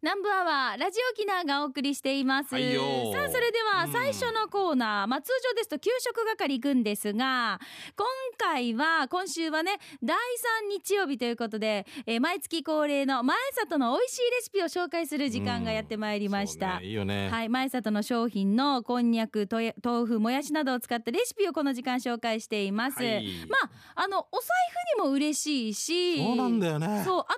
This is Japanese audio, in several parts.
南部アワーラジオキナがお送りしています、はいよーさあそれではうん最初のコーナー、まあ通常ですと給食係行くんですが今回は今週はね第3日曜日ということで、えー毎月恒例の前里の美味しいレシピを紹介する時間がやってまいりました、そうねいいよね。はい、前里の商品のこんにゃく、とや豆腐、もやしなどを使ったレシピをこの時間紹介しています。はいまあ、あの、お財布にも嬉しいし、そうなんだよね。そう、あと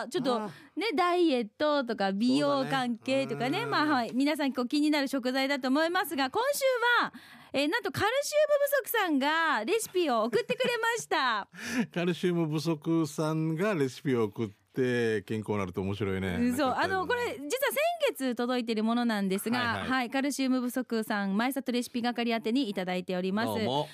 は、ちょっとあーね、ダイエットとか美容関係とかね、そうだねうんまあ、はい、皆さんこう気になる食材だと思いますが、今週は、えーなんとカルシウム不足さんがレシピを送ってくれま した。カルシウム不足さんがレシピを送って健康になると面白いね。そう、なんかあの、これ、実は先月届いてるものなんですが、はいは、はいいカルシウム不足さん、前里レシピ係宛てにいただいております。あどの、うも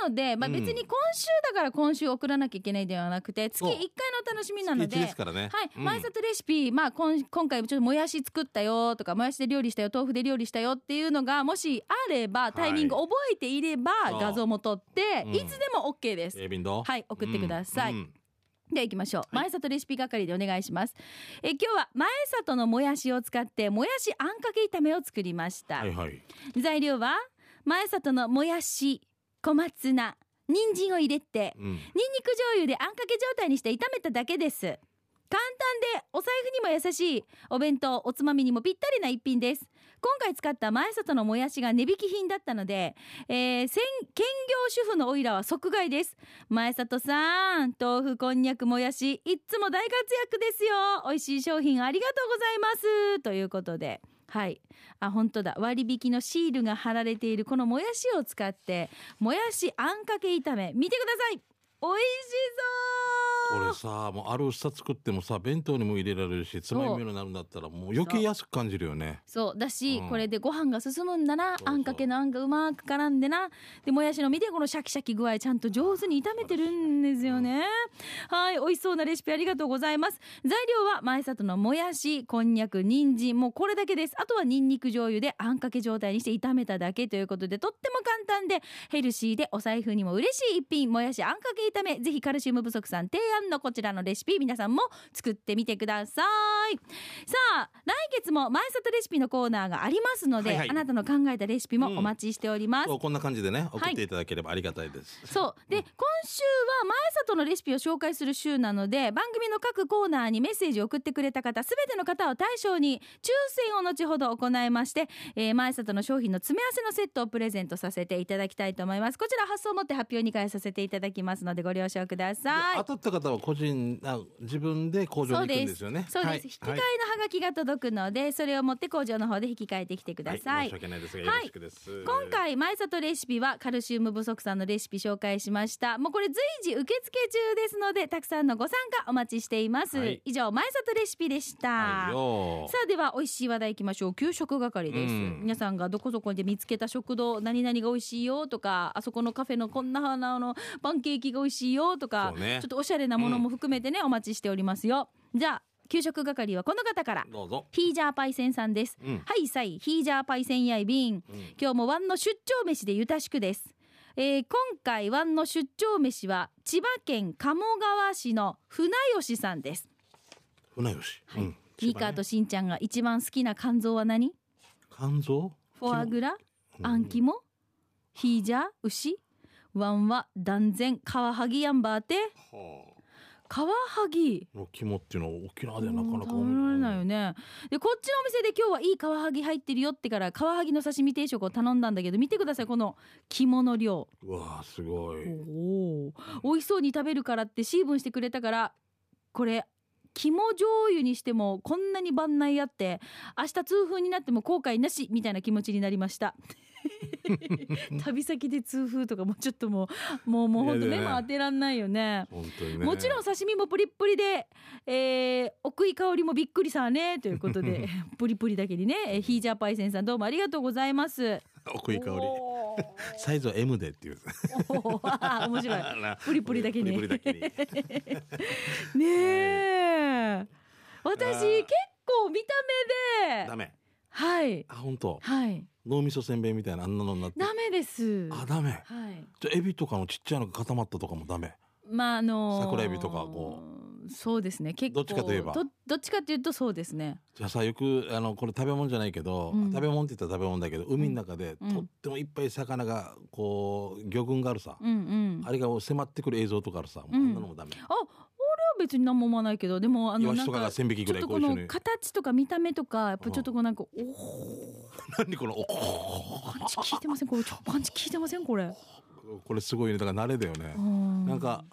なので、まあ、うん別に今週だから今週送らなきゃいけないではなくて、月1そう回のお楽しみなの月一ですで、からね。はい、うん前里レシピ、まあ、こん今回ちょっともやし作ったよとかもやしで料理したよ豆腐で料理したよっていうのがもしあればタイミングは覚えていればそう画像も撮って、うんいつでも OK です。エビンド。はい送ってくださいうんうんでは行きましょう、前里レシピ係でお願いしますえ今日は前里のもやしを使ってもやしあんかけ炒めを作りました、はいはい。材料は前里のもやし小松菜人参を入れてうん。ニンニク醤油であんかけ状態にして炒めただけです簡単でお財布にも優しいお弁当おつまみにもぴったりな一品です今回使った前里のもやしが値引き品だったので、えー、専兼業主婦のオイラは即買いです前里さん豆腐こんにゃくもやしいっつも大活躍ですよ美味しい商品ありがとうございますということではいあ本当だ割引のシールが貼られているこのもやしを使ってもやしあんかけ炒め見てください美味しそこれうさ、もうあるさ作ってもさ、弁当にも入れられるし、つまみにもなるんだったら、もう余計安く感じるよね。そうだし、うんこれでご飯が進むんだなそうそうあんかけのあんがうまく絡んでなでもやしの見てこのシャキシャキ具合ちゃんと上手に炒めてるんですよねはい美味しそうなレシピありがとうございます材料は前里のもやしこんにゃく人参もうこれだけですあとはニンニク醤油であんかけ状態にして炒めただけということでとっても簡単でヘルシーでお財布にも嬉しい一品もやしあんかけ炒めぜひカルシウム不足さん提案のこちらのレシピ皆さんも作ってみてくださいさあ来月も前里レシピのコーナーがありますので、はいはいあなたの考えたレシピもお待ちしております、そうこんな感じでね、い送っていただければありがたいです。そうで今週は前里のレシピを紹介する週なので番組の各コーナーにメッセージを送ってくれた方すべての方を対象に抽選を後ほど行いまして、えー前里の商品の詰め合わせのセットをプレゼントさせていただきたいと思いますこちら発送をもって発表に変えさせていただきますのでご了承ください当たった方は個人、あ自分で工場に行くんですよね。そうです、はい引き換えのはいハガキが届くのでそれを持って工場の方で引き換えてきてくださはいい、申し訳ないですが、よろしくです。今回前里レシピはカルシウム不足さんのレシピ紹介しましたもうこれ随時受付中ですのでたくさんのご参加お待ちしています、はい以上前里レシピでした、はいよさあでは美味しい話題いきましょう給食係です、うん皆さんがどこそこで見つけた食堂何々が美味しいよとかあそこのカフェのこんな花のパンケーキが美味しいよとか、そうねちょっとおしゃれなものも含めてね、お待ちしておりますよじゃあ給食係はこの方からどうぞ。ヒージャーパイセンさんです、うんはいさいヒージャーパイセンやいびんうん今日もワンの出張飯でゆたしくです、えー今回ワンの出張飯は千葉県鴨川市の船吉さんです船吉。はいうんミカとしんちゃんが一番好きな肝臓は何肝臓フォアグラうんあん肝ヒージャー牛ワンは断然カワハギやんばーてはあカワハギの肝っていうのは沖縄ではなかなか食べられないよねでこっちのお店で今日はいいカワハギ入ってるよってからカワハギの刺身定食を頼んだんだけど見てくださいこの肝の量うわあすごいおお美味しそうに食べるからってシーブンしてくれたからこれ肝醤油にしてもこんなに万内あって明日痛風になっても後悔なしみたいな気持ちになりました 旅先で痛風とかもうちょっともうもうもうほんといや目いやも当てらんないよね本当にねもちろん刺身もプリップリで、えー、奥井香りもびっくりさあねということ でプリプリだけにねえーヒージャーパイセンさんどうもありがとうございます奥い香りおーサイズは M でっていうおー面 白いプリプリだけにプリプリだけに ねえ私あ結ー構見た目ダでメはいあ本当はい脳みそせんべいみたいなあんなのになってダメですあダメはいじゃあエビとかのちっちゃいのが固まったとかもダメまああのー桜エビとかこそうですね結構どっちかといえばどどっちかというとそうですねじゃあさよくあのこれ食べ物じゃないけど、うん食べ物って言ったら食べ物だけど海の中で、うんとってもいっぱい魚がこう魚群があるさ、うんうんああれが迫ってくる映像とかあるさ、もうあんなのもダメ俺は別に何も思わないけどでもあイのワなシんとかがか1,000匹ちぐょっらいとここう一緒のに形とか見た目とかやっぱちょっとこうなんか、お何このおおパンチ効いてませんこれちょパンチ効いてませんこれ、 これすごいねだから慣れだよねう、んなんか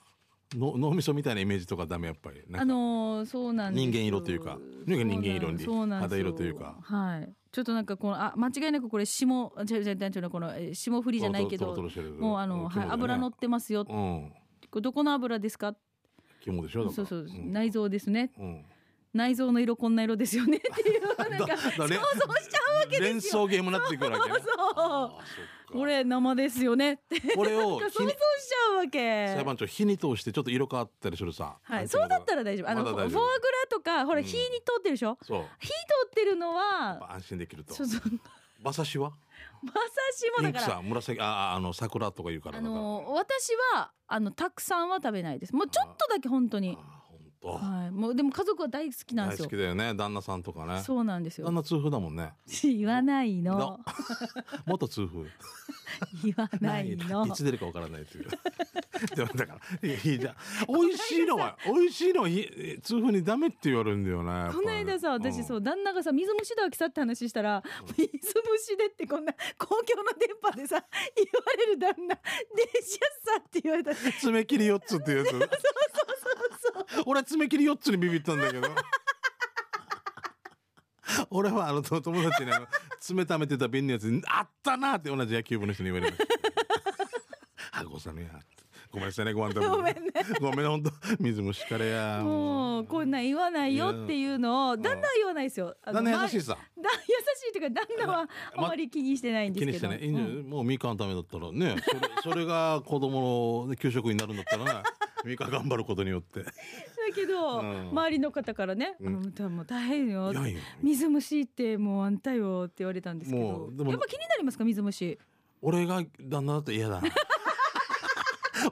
の脳みそみたいなイメージとかダメやっぱりなあんかのーそうなんですよ人間色というか人間人間色にそうなんですよ肌色というかはいちょっとなんかこのあ間違いなくこれ霜あ違う違う違う違うこのえー霜降りじゃないけトロトどロしてるもうあの、はい、肝だよね油乗ってますようんこれどこの油ですか肝でしょだからそうそう、ん内臓ですねうん内臓の色こんな色ですよねっていうなんかだ想像だしねちゃうわけで連すよ想ゲームになってくるわけ ねそうあーそっかこれ 生ですよねってこれをなんか火想像にしちゃうわけ裁判長火に通してちょっと色変わったりするさはないんていそうだのったら大丈夫あの、まだフォア大グ丈夫ラとかほら、うん火に通ってるでしょそうや火通ってるのっはぱ安心できるとそうそう馬刺しは馬刺しもピだンクからさ紫あああの桜とか言うからあだからのー私はあのたくさんは食べないですもうちょっとだけ本当にあーほんとはいもうでも家族は大好きなんで大す好よきだよね旦那さんとかねそうなんですよ旦那痛風だもんね言わないのの元痛風 言わ ないのいつ出るかわからな いっていうでもだからいやいいじゃん美味しいのは美味しいのはい痛風にダメって言われるんだよねやっぱこねの間さ私そうう旦那がさ水虫だわけさって話したら「水虫で」ってこんな公共の電波でさ言われる旦那「電車さ」って言われたん爪切り4つ っていうやつ俺は爪切り4つにビビったんだけど俺はあのと友達にあの爪溜めてた瓶のやつにあったなって同じ野球部の人に言われましたあごさめやごめんなさいねご飯食べてごめんねごめん本当水虫からやもうこんなん言わないよっていうのをん旦那は言わないですよあの旦那ま優しいさだ優しいっていうか旦那はあままり気にしてないんです気けにど してね、いいんじゃないもうみかんのためだったらねそれそれが子供の給食になるんだったらねみかん頑張ることによってだけど、うん周りの方からね「うんうん、多分もう大変よ」いやいや水虫ってもうあんたよ」って言われたんですけどもうでもやっぱ気になりますか水虫俺が旦那だったら嫌だな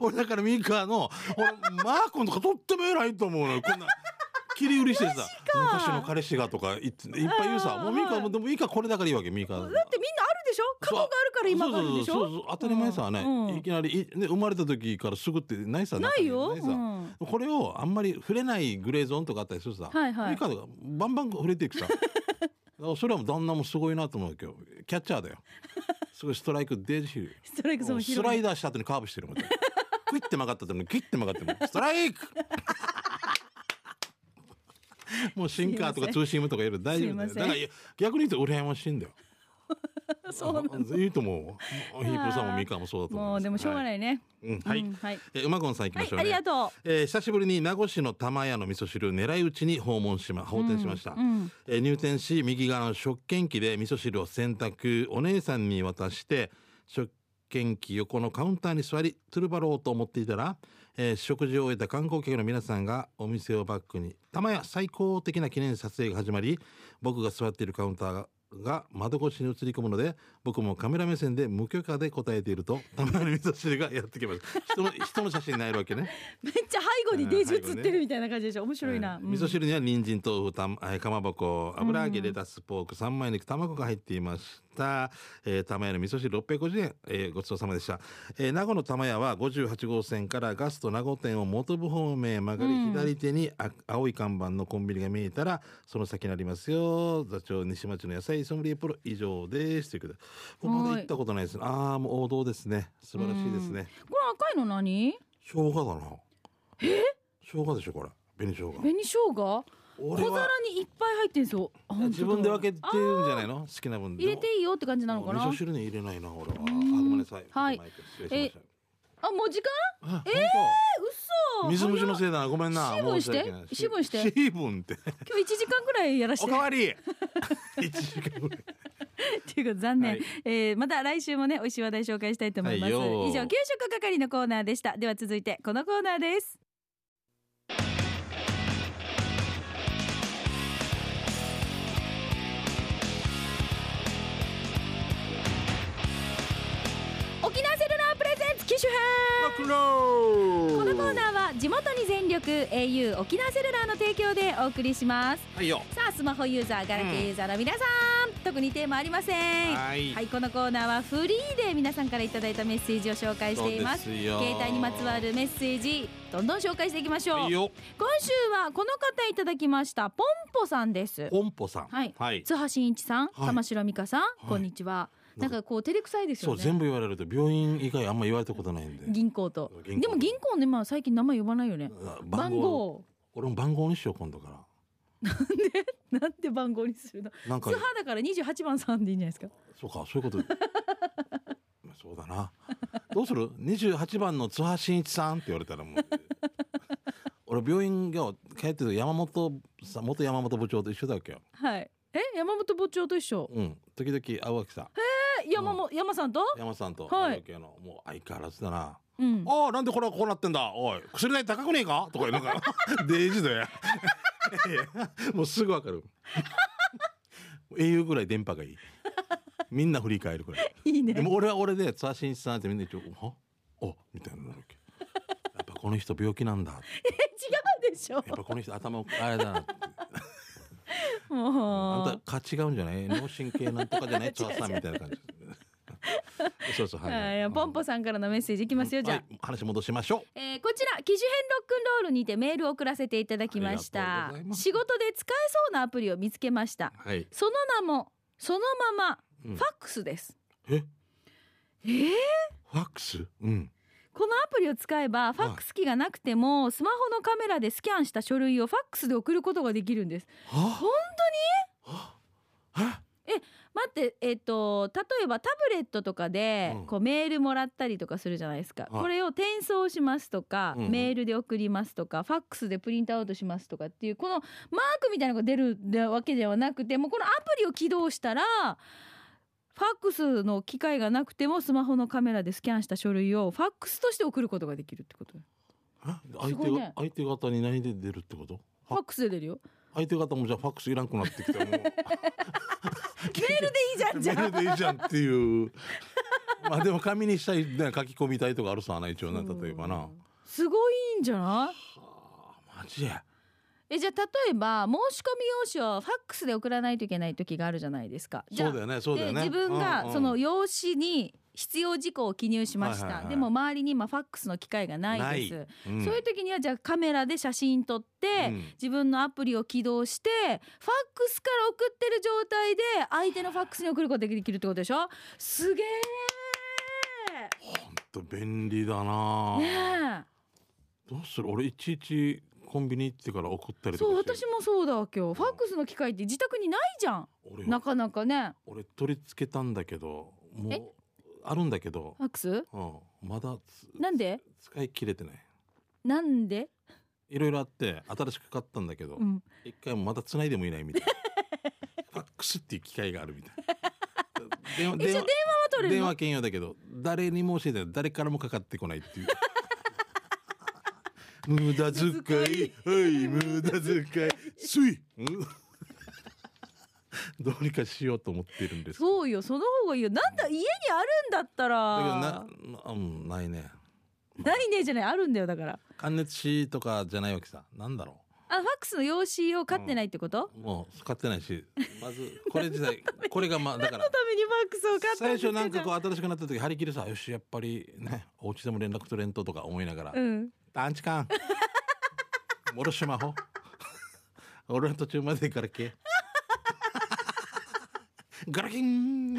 俺だからミカの俺マー君とかとっても偉いと思うのよこんな切り売りしてさ昔の彼氏がとか言っていっぱい言うさあーもうミカはもいでもミカこれだからいいわけミカだってみんなあるでしょ過去があるから今があるでしそうょそうそうそう当たり前さね、うんいきなりい、ね、生まれた時からすぐってないさないよ、さうん、これをあんまり触れないグレーゾーンとかあったりするさ、はいはいミカがバンバン触れて いくさだからそれはもう旦那もすごいなと思うけどキャッチャーだよすごいストライク出るしストライクゾーン広いスライダーした後にカーブしてるもんねクイッて曲がった後にキュッて曲がってもストライ クもうシンカーとかツーシームとかいろいろ大丈夫だよすいませんだから逆に言うと羨ましいんだよ そうなんだいいと思うヒープーさんもミカもそうだと思いもまうすでもしょうがないねはい、うん、はい、うんはい、え馬込さん行きまはいしょうね、ありがとえー久しぶりに名護市の玉屋の味噌汁狙い撃ちに訪問しまう訪店しました、うんうんえー入店し右側の食券機で味噌汁を選択お姉さんに渡して食券機横のカウンターに座りトゥルバローと思っていたら、えー食事を終えた観光客の皆さんがお店をバックに玉屋最高的な記念撮影が始まり僕が座っているカウンターが窓越しに映り込むので僕もカメラ目線で無許可で答えていると玉屋の味噌汁がやってきました人の人の写真になるわけねめっちゃ背後にデージ映ってるみたいな感じでしょ面白いな、うん味噌汁には人参豆腐たんえーかまぼこ油揚げレタスポーク三枚肉卵が入っていました、えー、玉屋の味噌汁650円、えーごちそうさまでした、えー名護の玉屋は58号線からガスト名護店を元部方面へ曲がり、うん左手にあ青い看板のコンビニが見えたらその先になりますよ座長西町の野菜ソムリエプロ以上ですということでここまで行ったことないですねああもう王道ですね素晴らしいですね、これ赤いの何生姜だなえ生姜でしょこれ紅生姜紅生姜俺小は皿にいっぱい入ってんすよあ本当だ自分で分けてるんじゃないの好きな分で入れていいよって感じなのかなであもも味う噌汁に入れないな俺はあんごめんなさいはいちょっとマイク失礼しまし時間たええ嘘水虫のいせいだなごめんな水分して申訳ない水分して水分って今日1時間くらいやらしおてかわ り一時間ぐらいっていうこと残念、はいえーまた来週もね美味しい話題紹介したいと思います、はいよー以上給食係のコーナーでしたでは続いてこのコーナーです沖縄セルラープレゼンツ機種編クロこのコーナーは地元に全力 au 沖縄セルラーの提供でお送りしますはいよさあスマホユーザーガラケーユーザーの皆さん、特にテーマありませんははいい、このコーナーはフリーで皆さんからいただいたメッセージを紹介していますそうですよ携帯にまつわるメッセージどんどん紹介していきましょう、はいよ今週はこの方いただきましたポンポさんですポンポさんはいはい津波真一さん、はい玉城美香さん、いこんにちはななんんかかこう照れくさいですそようね全部言われると病院以外あんま言われたことないんで銀行と銀行でも銀行ねまあ最近名前呼ばないよねあ番号俺も番号にしよう今度からなんで番号にするのなんか津波だから28番さんでいいんじゃないですかそうかそういうこと まあそうだなどうする28番の津波真一さんって言われたらもう俺病院が帰ってる山本さん元山本部長と一緒だわけよはいえ山本部長と一緒うん時々会うわけさえ山も、山さんと山さんとはい会うわけの、もう相変わらずだなうんああなんでこれはこうなってんだおい薬代高くねえかとか言うのか デイジだよもうすぐわかる英雄ぐらい電波がいいみんな振り返るくらいいいねでも俺は俺で津波真一さんってみんな一応「はあみたいになるわけやっぱこの人病気なんだえ違うでしょやっぱこの人頭あれだなってもあうんた価違うんじゃない脳神経なんとかじ ゃない津波さんみたいな感じそうそうはいはい、はいポンポさんからのメッセージいきますよ、じゃあ、はい話戻しましょうえーこちら機種編ロックンロールにてメールを送らせていただきましありがとたうございます仕事で使えそうなアプリを見つけましたはい、その名もそのままうんファックスです、ええーファックスうんこのアプリを使えばファックス機がなくても、スマホのカメラでスキャンした書類をファックスで送ることができるんですは本あは待ってえっ、と例えばタブレットとかで、うんこうメールもらったりとかするじゃないですか、はいこれを転送しますとか、うんうんメールで送りますとかファックスでプリントアウトしますとかっていうこのマークみたいなのが出るわけではなくてもうこのアプリを起動したらファックスの機械がなくてもスマホのカメラでスキャンした書類をファックスとして送ることができるってことあえす相ご手いが、ね相手方に何で出るってことファックスで出るよ相手方もじゃあファックスいらんくなっ てきてもメメールでいいじゃん じゃんールでいいじゃんっていうまあでも紙にしたい、ね、書き込みたいとかあるさな一応な例えばなすごいんじゃないマジやえじゃあ例えば申し込み用紙をファックスで送らないといけない時があるじゃないですか。じゃそあうだよねそうだよねで自分うんがうんその用紙に必要事項を記入しました、はいはいはいでも周りに今ファックスの機会がないですうんそういう時にはじゃあカメラで写真撮って、うん自分のアプリを起動してファックスから送ってる状態で相手のファックスに送ることができるってことでしょすげえほんと便利だな、ねどうする俺いちいちコンビニ行ってから送ったえりとそかう私もそうだわ今日ファックスの機会って自宅にないじゃん俺なかなかね俺取り付けたんだけどもえうあるんだけど、ファックスうん、まだつなんで使い切れてないなんで、いろいろあって新しく買ったんだけどうん、一、回もまた繋いでもいないみた いなファックスっていう機会があるみたいな 電話一応電話は取れる電の話兼用だけど誰にも教えてない誰からもかかってこない っていう無駄遣いはい無駄遣いすいうんどうにかしようと思っているんですそうよその方がいいよなんだ家にあるんだっただけどらなな、うん、ないねないねじゃないあるんだよだから感熱紙とかじゃないわけさなんだろうあファックスの用紙を買ってないってこと、もう使ってないし、まずこれ自体、これがまあだからためにファックスを買った最初なんですかよこう新しくなった時張り切るさ、よしやっぱりね、お家でも連絡取れんととか思いながらう、ん団 地感、戻しまほ。俺の途中までガラケ ー。ガラケン。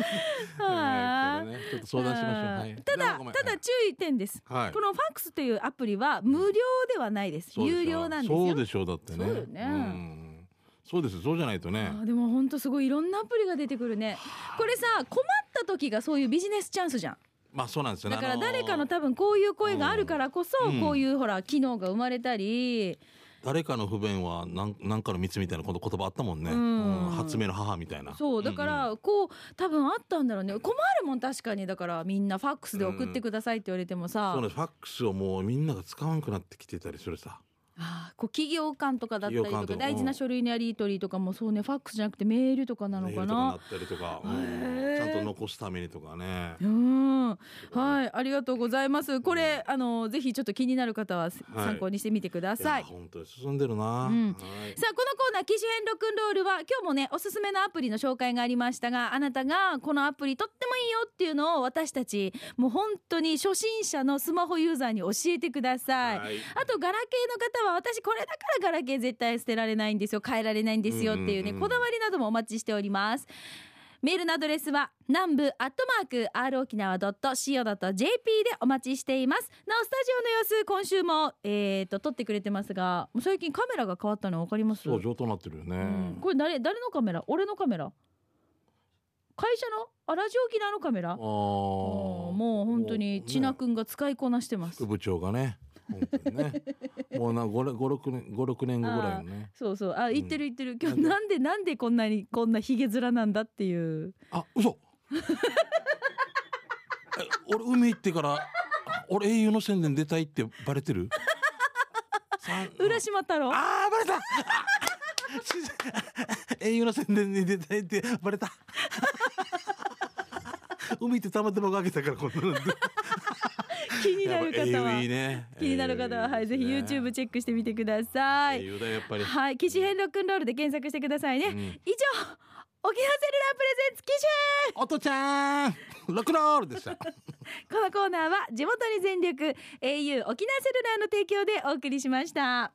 あーはいこれねちょっと相談しましょうあーはい。たでもだごめんただ注意点です、はいこのファックスというアプリは無料ではないです、そうでしょ有料なんですそうよでしょうだってね。そうよねんそうですそうじゃないとあね。ーでもほんとすごいいろんなアプリが出てくるねこれさ困った時がそういうビジネスチャンスじゃんまあそうなんですよね。だからあのー誰かの多分こういう声があるからこそ、うんこういうほら機能が生まれたり、誰かの不便はなんなんかの蜜みたいなこの言葉あったもんね、うんうん発明の母みたいなそうだかんらこう多分あったんだろうね困るもん確かにだからみんなファックスで送ってくださいって言われてもうんさ、そうねファックスをもうみんなが使わんくなってきてたりするさあああこう企業間とかだったりとか企業間とか大事な書類のやり取りとかもそうねファックスじゃなくてメールとかなのメーかルとかななったりとか、へーちゃんと残すためにとかねうんはいありがとうございますこれあのぜひちょっと気になる方は参考にしてみてくだいやさい、本当に進んでるな、うんはいさあこのコーナー機種編ロックンロールは今日もねおすすめのアプリの紹介がありましたがあなたがこのアプリとってもいいよっていうのを私たちもう本当に初心者のスマホユーザーに教えてください、はいあとガラケーの方は私これだからガラケー絶対捨てられないんですよ変えられないんですよっていうね、うんうんうんこだわりなどもお待ちしておりますメールのアドレスは南部アットマーク r 沖縄 .co.jp でお待ちしていますなおスタジオの様子今週もえー、と撮ってくれてますがもう最近カメラが変わったの分かりますそう上等になってるよね、うんこれ誰誰のカメラ俺のカメラ会社のあラジオ沖縄のカメラああうんもう本当に千奈くんが使いこなしてます副部長がね本当にねもうな56年五六年後ぐらいのねそうそうあん言ってる言ってる、今日なんなでんでなんでこんなにこんなひげ面なんだっていうあ嘘 え俺海行ってからあ俺英雄の宣伝出たいってバレ てるさん浦島太郎あーバレたあ しず英雄の宣伝に出たいってバ レた海行ってたまたまかけたからこんなの 気になるやっぱ方は英雄いいね気になる方ははいぜひ YouTube チチェックしてみてくださ英い雄だよやっぱり、はい機種編ロックンロールで検索してくださいね、うん以上沖縄セルラープレゼンツ機種編おとちゃんロックンロールでしたこのコーナーは地元に全力 au 沖縄セルラーの提供でお送りしました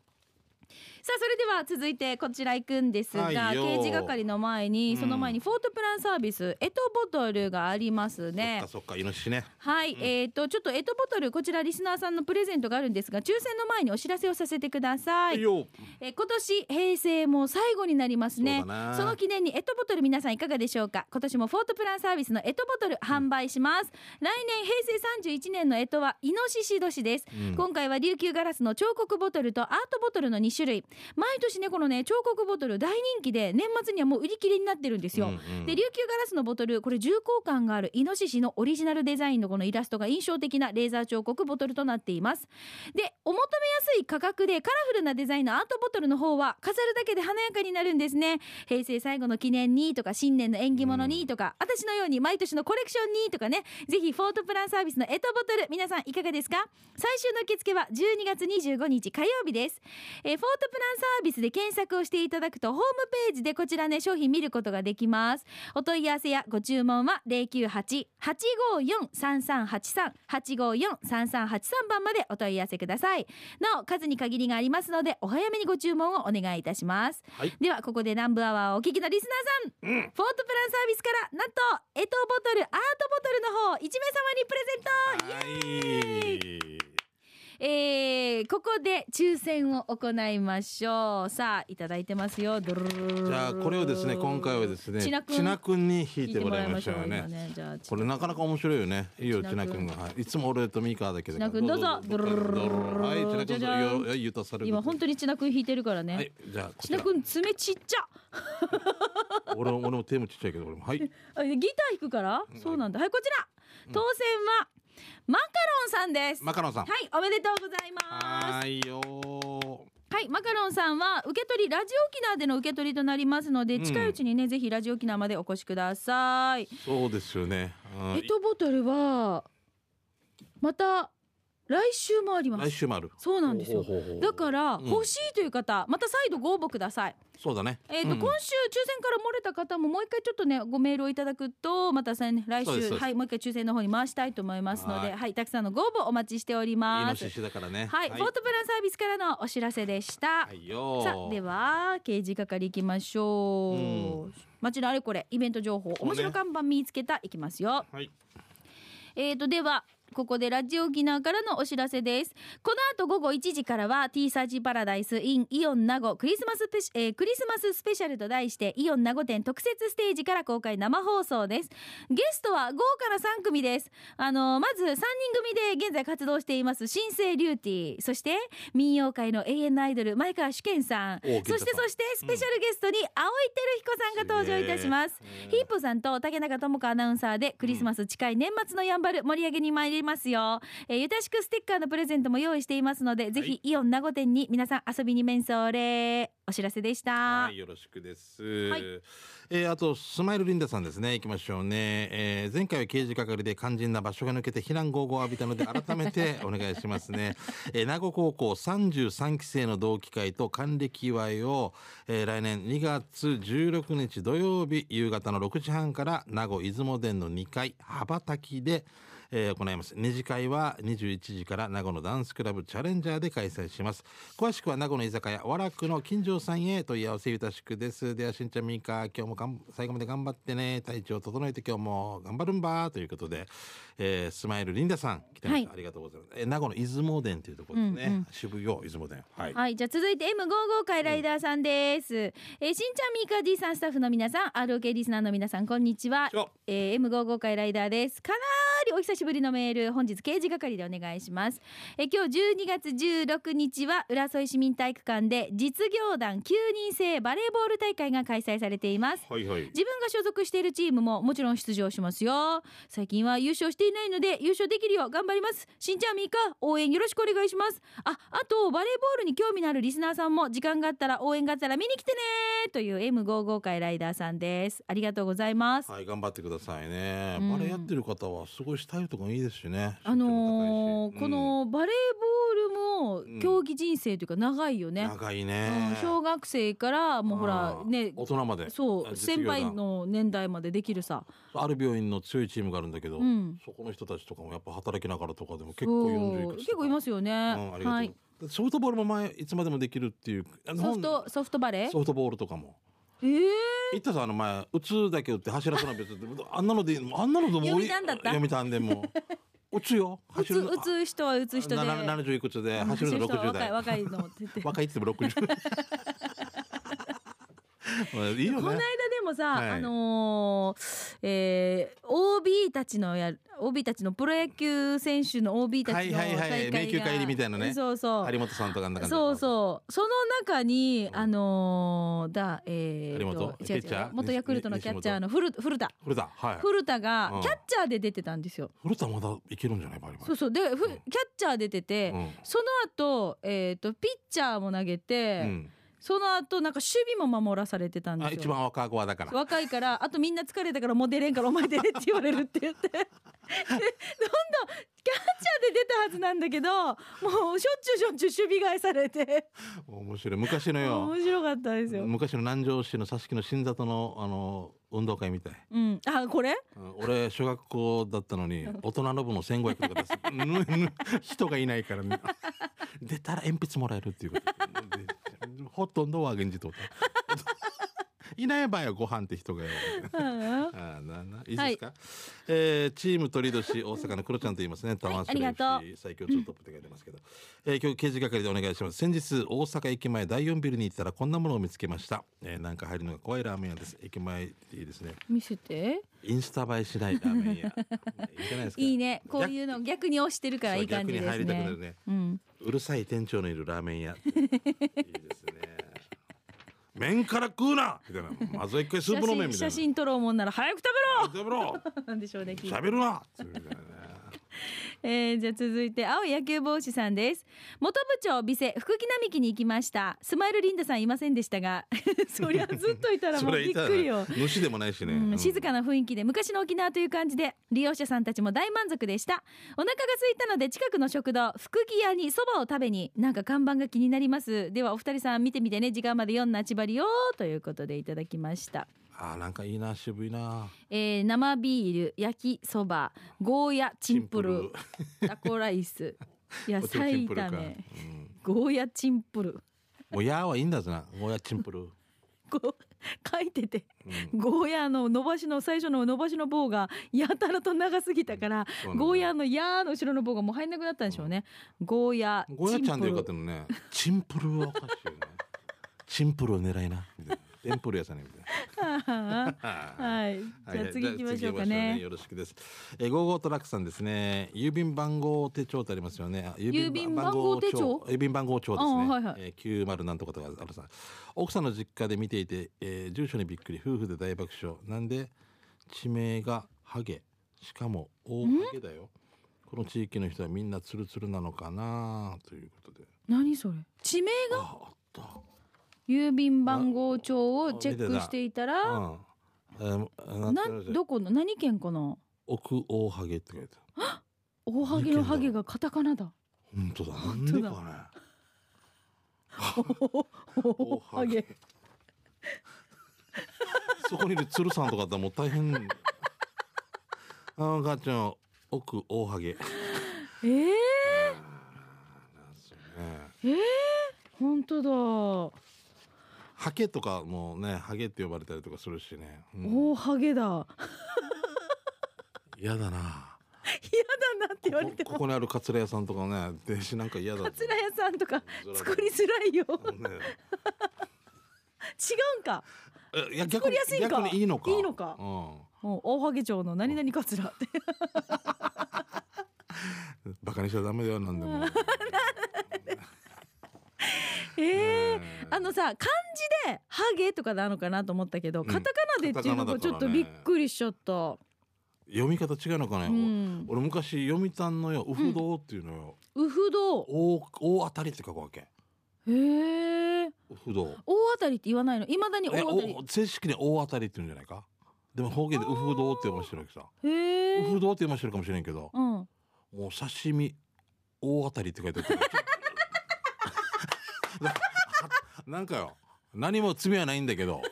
さあそれでは続いてこちら行くんですが、はいよ刑事係の前に、うんその前にフォートプランサービスエトボトルがありますねそっかそっかイノシシねはい、えっ、とちょっとエトボトルこちらリスナーさんのプレゼントがあるんですが抽選の前にお知らせをさせてください、よえー今年平成も最後になりますねそうだなの記念にエトボトル皆さんいかがでしょうか今年もフォートプランサービスのエトボトル販売します、来年平成31年のエトはイノシシ年です、うん今回は琉球ガラスの彫刻ボトルとアートボトルの2種類毎年ねこのね彫刻ボトル大人気で年末にはもう売り切れになってるんですよ、うんうんで琉球ガラスのボトルこれ重厚感があるイノシシのオリジナルデザインのこのイラストが印象的なレーザー彫刻ボトルとなっていますでお求めやすい価格でカラフルなデザインのアートボトルの方は飾るだけで華やかになるんですね平成最後の記念にとか新年の縁起物にとか、私のように毎年のコレクションにとかねぜひフォートプランサービスのエトボトル皆さんいかがですか最終の受付は12月25日火曜日です、えーフォートプランサービスで検索をしていただくとホームページでこちらね商品見ることができますお問い合わせやご注文は098-854-3383 854-3383番までお問い合わせくださいなお数に限りがありますのでお早めにご注文をお願いいたします、はいではここで南部アワーをお聞きのリスナーさん、フォートプランサービスからなんとエトボトルアートボトルの方を1名様にプレゼントはいえー、ここで抽選を行いましょうさあいただいてますよじじゃあこれをですね今回はですねちなくんちなくんに引聞いいててももららいいままししょょううねねねじゃあこれなかなか面白いよねいいよちちななくくんんが、はい、いつも俺とミカだけだからちなくんどうぞどうぞはいちなくんじゃじゃんよはいゆたさる今本当にちなくん引いてるからね、はいじゃあこちちならくん爪ちっち俺も俺も手もちっちゃいけど俺もはいゃあギター弾くから、そうなんだはいこちら当選はマカロンさんです、マカロンさんはいおめでとうございますはーいよはい、マカロンさんは受け取りラジオ沖縄での受け取りとなりますので、ん近いうちにねぜひラジオ沖縄までお越しください。そうですよね、うんペットボトルはまた来週もありま来す。週もあるそうなんですよ。ほうほうほうだからうん欲しいという方、また再度ご応募ください。そうだねえっ、と、うん今週抽選から漏れた方ももう一回ちょっとねごメールをいただくとまたさね来そうです週そうですはいもう一回抽選の方に回したいと思いますので、ははいい、たくさんのご応募お待ちしておりイノます。シシだからねはい、フォートプランサービスからのお知らせでした。はいよさあでは刑事係行きましょう、街のあれこれイベント情報うね面白看板見つけたいきますよはいえーとではここでラジオ沖縄からのお知らせですこの後午後1時からは T サージパラダイス in イオン名護クリスマスペシ、えークリスマススペシャルと題してイオン名護店特設ステージから公開生放送ですゲストは豪華な3組ですあのーまず3人組で現在活動しています新生リューティーそして民謡界の永遠のアイドル前川主健さんおーそして健太さんそしてスペシャルゲストに青井輝彦さんが登場いたしますすげーヒップさんと竹中智子アナウンサーでクリスマス近い年末のやんばる盛り上げに参りれますよ、えーゆたしくステッカーのプレゼントも用意していますので、ぜひイオン名護店に皆さん遊びに面相礼お知らせでした、はい、よろしくです。はいえーあと、スマイルリンダさんですね。行きましょうね。えー前回は刑事係で肝心な場所が抜けて避難合合を浴びたので、改めてお願いしますね。 えー名護高校33期生の同期会と還暦祝いを、えー来年2月16日土曜日夕方の6時半から名護出雲殿の2階羽ばたきで、えー行います二次会は21時から名護のダンスクラブチャレンジャーで開催します詳しくは名護の居酒屋和楽の金城さんへ問い合わせゆたしくですではしんちゃんみーか今日もがん最後まで頑張ってね体調整えて今日も頑張るんばということで、えースマイルリンダさん来てました、はいありがとうございます、えー名護の出雲殿というところですね、うんうん渋谷出雲殿はいはい、じゃあ続いて M55 回ライダーさんです。えーしんちゃん、ミーカー D さん、スタッフの皆さん、ROK リスナーの皆さん、こんにちは。よえー、M55 回ライダーです。かなりお久しぶりのメール、本日刑事係でお願いします。えー今日12月16日は、浦添市民体育館で実業団9人制バレーボール大会が開催されています。はいはい自分が所属しているチームももちろん出場しますよ最近は優勝していないので優勝できるよう頑張りますしんちゃんみーか応援よろしくお願いしますああとバレーボールに興味のあるリスナーさんも時間があったら応援があったら見に来てねという M55 回ライダーさんですありがとうございます、はい、頑張ってくださいね。うんバレエやってる方はすごいしたいとかいいですしね。あのー身長こものバレーボールも競技人生というか長いよ高いしね、長いうんね。小学生からもうほらうんね大人まで。そあう実先業団輩の年代までできるさある病院の強いチームがあるんだけど、うんそこの人たちとかもやっぱ働きながらとかでも結構40いそうくつとか結構いますよね、うん、ありがとう、はいソフトボールも前いつまでもできるっていう。あのソフトソフトバレーソフトボールとかも。えー、行ったさあの前打つだけ打って走らせない別 にあんなのでいいのあんなのでもうい読みいたんだった読みたんでもう打つよ 打つ走るの打つ人は打つ人でなな70いくつで走るの人は60代若い若いのって言ってこ 若いっつっても60 まあいいよの間ねでもさ、はいあのーえー、OB たちのや OB たちのプロ野球選手の OB たちのはい大会はいが、はい迷宮入りみたいなねそうそう有本さんとかあんな感じそうそうその中に、うんあのーだえー、有本と違う違うキャッチャー元ヤクルトのキャッチャーの古古田古田はい古田がうんキャッチャーで出てたんですよ、古田まだいけるんじゃないバリバリそうそうで、ふうキャんッチャーで出てて、うんその後、えっ、と、ピッチャーも投げて、うんその後、なんか守備も守らされてたんですあよ。一番若い子はだから若いから、あとみんな疲れたからもう出れんからお前出れって言われるって言 って。でどんどん、キャッチャーで出たはずなんだけど、もうしょっちゅうしょっちゅう守備返されて、面白い昔のよ 面白かったですよ。昔の南城市の佐々木の新里のあの運動会みたいうん。あ、これうん俺小学校だったのに大人の部の1500とかです ぬぬ人がいない からね出たら鉛筆もらえるっていうことでほとんどは現実と いない場合はご飯って人がようんあーなないいですか、えーチーム鳥年大阪のクロちゃんと言いますね玉ありがとう最強超トップって書いてますけど、えー今日刑事係でお願いします先日大阪駅前第4ビルに行ったらこんなものを見つけました、えーなんか入るのが怖いラーメン屋です駅前っていいですね見せて。インスタ映えしないラーメ ン屋いいじゃないですかいいね。こういうの逆に押してるからいい感じでそうす逆に入りたねくなる。ねうん。うるさい店長のいるラーメン屋 いいですね麺から食うなみたいなまずは一回スー写プの真麺みたい写な真撮ろうもんなら早く食食べろべろなんでしょうねきっと喋る なっていうねえーじゃあ続いて青い野球帽子さんです元部長美瀬福木並木に行きましたスマイルリンダさんいませんでしたが そりゃずっといたらもそうれびっいたらくりよ、主でもないしね、ううんん、静かな雰囲気で昔の沖縄という感じで利用者さんたちも大満足でしたお腹が空いたので近くの食堂福木屋にそばを食べになんか看板が気になりますではお二人さん見てみてね時間まで4なちばりよということでいただきましたあーなんかいいな渋いなえー生ビール焼きそばゴーヤチンプルタコライス 野こっちもチ菜ンプルか炒めうんゴーヤチンプルもうやーはいいんだぜなもうやチンプ ル、こう書いててうんゴーヤの伸ばしの最初の伸ばしの棒がやたらと長すぎたからそうなんだゴーヤの「や」の後ろの棒がもう入んなくなったんでしょうねゴーヤゴヤちゃんでよかっチたンのね。チンプルはおかしいよね。チンプルを狙いな。みたいな。テンプル屋さんね みたいプルはな。いはいじゃあ次行きましょうかじゃあ次行きましょうねよろしくです。えー、ゴーゴートラックさんですね。郵便番号手帳ってありますよね。あ郵便番号手帳郵便番号帳ですね。あはいはいえー、九0なんとかとかあるさん。奥さんの実家で見ていて、えー、住所にびっくり、夫婦で大爆笑。なんで地名がハゲ、しかも大ハゲだよ。ここの地域の人はみんなツルツルなのかなということで何それ地名がああった郵便番号帳をチェックしていたらうんえー、ななんてどこの何県かな奥大ハゲって書いてある大ハゲのハゲがカタカナだ本当だなん本で当かだね大ハゲ そこにいる鶴さんとかだったらもう大変あ母ちゃん奥大ハゲえー、ね本当だ、ハケとかもねハゲって呼ばれたりとかするしね、うん、大ハゲだ嫌だな嫌だなって言われてこもここにあるカツラ屋さんとかね弟子なんか嫌だカツラ屋さんとかずらずら作りづらいよ違ねうんかえいや逆作にりやすいんか逆にいいのかいいのかうもう大ハゲ町の何々カツラってん、バカにしちゃダメだよな んでも、えーねあのさ漢字で「ハゲ」とかなのかなと思ったけど、んカタカナでっていうのがちょっとカタカナだからねびっくりしちゃった。読み方違うのかね、うん、俺昔読谷のよ「うふどう」っていうのよ、うふどう大大当たりって書くわけへえうふどう大当たりって言わないのいまだにえ大当たりお正式に大当たりって言うんじゃないかでも方言で「うふどう」って読ましてるわけさ「へうえふどう」って読ましてるかもしれんけどうんもう刺身大当たりって書いてあ るななんかよ何も罪はないんだけど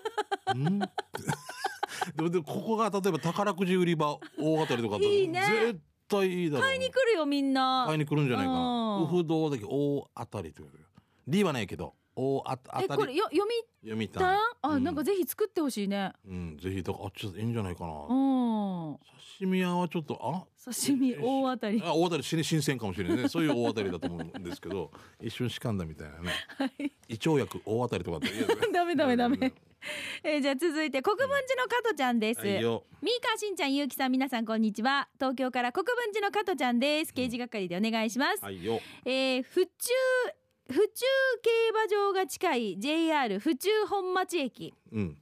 ん ってでもでもここが例えば宝くじ売り場大当たりとかだといいね絶対いいだろう買いに来るよみんな買いに来るんじゃないかなううんふどうだけ大当たりって書いてある D はないけど大あえ当こたれりよ読み読みたたんいあ、うんなんかぜひ作ってほしいねうんぜひだからあっちいいんじゃないかなうん刺身屋はちょっとあ刺身え大当たりあ大当たり死に新鮮かもしれないねそういう大当たりだと思うんですけど 一瞬しかんだみたいなね、胃腸薬大当たりとかって言うよね ダメダメダメえーじゃあ続いて国分寺の加トちゃんです、はいよミーカーしんちゃんゆうきさん皆さんこんにちは東京から国分寺の加トちゃんです刑事係でお願いします、はいよえー府中府中競馬場が近い JR 府中本町駅うん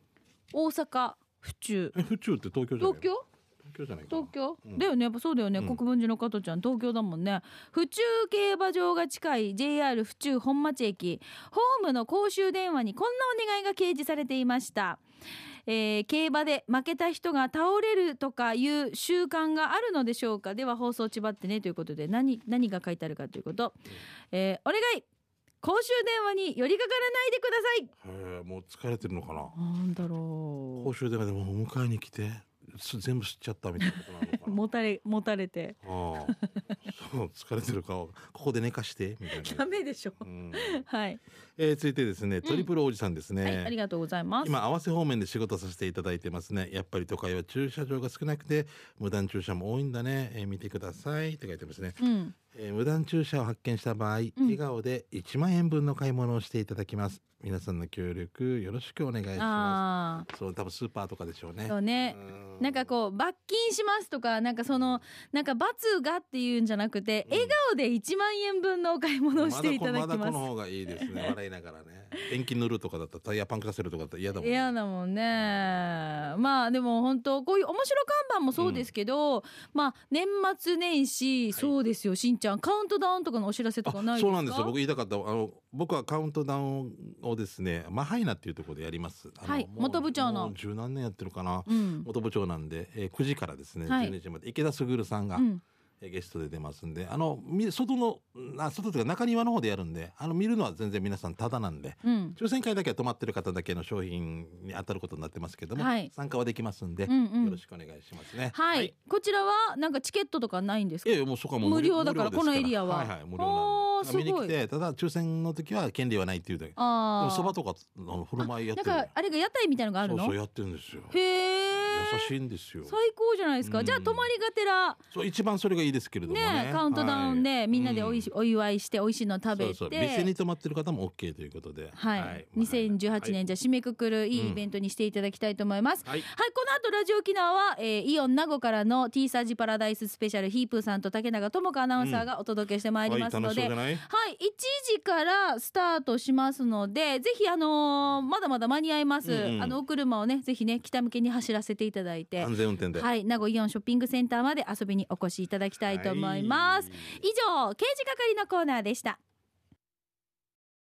大阪府中え府中って東京じゃない東京東京じゃないかな東京、うんだよねやっぱそうだよね、うん国分寺の加藤ちゃん東京だもんね府中競馬場が近い JR 府中本町駅ホームの公衆電話にこんなお願いが掲示されていました、えー競馬で負けた人が倒れるとかいう習慣があるのでしょうかでは放送ちばってねということで何何が書いてあるかということ、えーお願い公衆電話に寄りかからないでくださいへえもう疲れてるのかななんだろ公衆電話でもう迎えに来てす全部吸っちゃったみたいなことなのかうもたれもたれてなああそう疲れてる顔ここで寝かしてみたいなダメでしょうんはい、えー、続いてですねトリプルおじさんですね、はい、ありがとうございます今合わせ方面で仕事させていただいてますねやっぱり都会は駐車場が少なくて無断駐車も多いんだね、えー見てくださいって書いてますね、うんえー無断駐車を発見した場合、うん笑顔で1万円分の買い物をしていただきます皆さんの協力よろしくお願いしまあすそう多分スーパーとかでしょうねあそうねうなんかこう罰金しますとかなんかそのなんか罰がっていうんじゃなくて、うん笑顔で1万円分のお買い物をしていただきまだこまのす方がいいです ね笑いながらね延期塗るとかだったらタイヤパンクさせるとかだったら嫌だもんね嫌だもんねまあでも本当こういう面白看板もそうですけど、まあ年末年始、いそうですよしんちゃんカウントダウンとかのお知らせとかないですかそうなんですよ僕言いたかったあの僕はカウントダウンをですねマハイナっていうところでやりますあのはいもう元部長のもう十何年やってるかなうん、元部長なんで、えー、9時からですね、はい12時まで池田卓さんが、うん、えーゲストで出ますんであのみ外のあ外というか中庭の方でやるんであの見るのは全然皆さんタダなんでうん抽選会だけは泊まってる方だけの商品に当たることになってますけども、はい参加はできますんで、うんうんよろしくお願いしますねはい、こちらはなんかチケットとかないんですかええもうそこはもう無料だから無料ですこのエリアはいはい、無料なんでおー見にすご来いてただ抽選の時は権利はないっていうだけであもあそばとかあの振る舞いやっなてんるかあれが屋台みたいのがあるのそうそうやってるんですよへえ優しいんですよ最高じゃないですか、うんじゃあ泊まりがてらそう一番それがいいですけれどもねねカウントダウンはでみんなでおいし、うんお祝いして美味しいの食べてそうそう店に泊まってる方も OK ということではい、2018年じゃあ締めくくるいいイベントにしていただきたいと思います、はい、はいはい、この後ラジオ沖縄は、えーイオン名護からの T サージパラダイススペシャルヒープーさんと竹永智子アナウンサーがお届けしてまいりますの楽しで、そうじゃないはい、1時からスタートしますので、ぜひあのーまだまだ間に合います。うんうんあのお車をね、ぜひね、北向けに走らせてていただいて安全運転で。はい名護イオンショッピングセンターまで遊びにお越しいただきたいと思います、以上刑事係のコーナーでした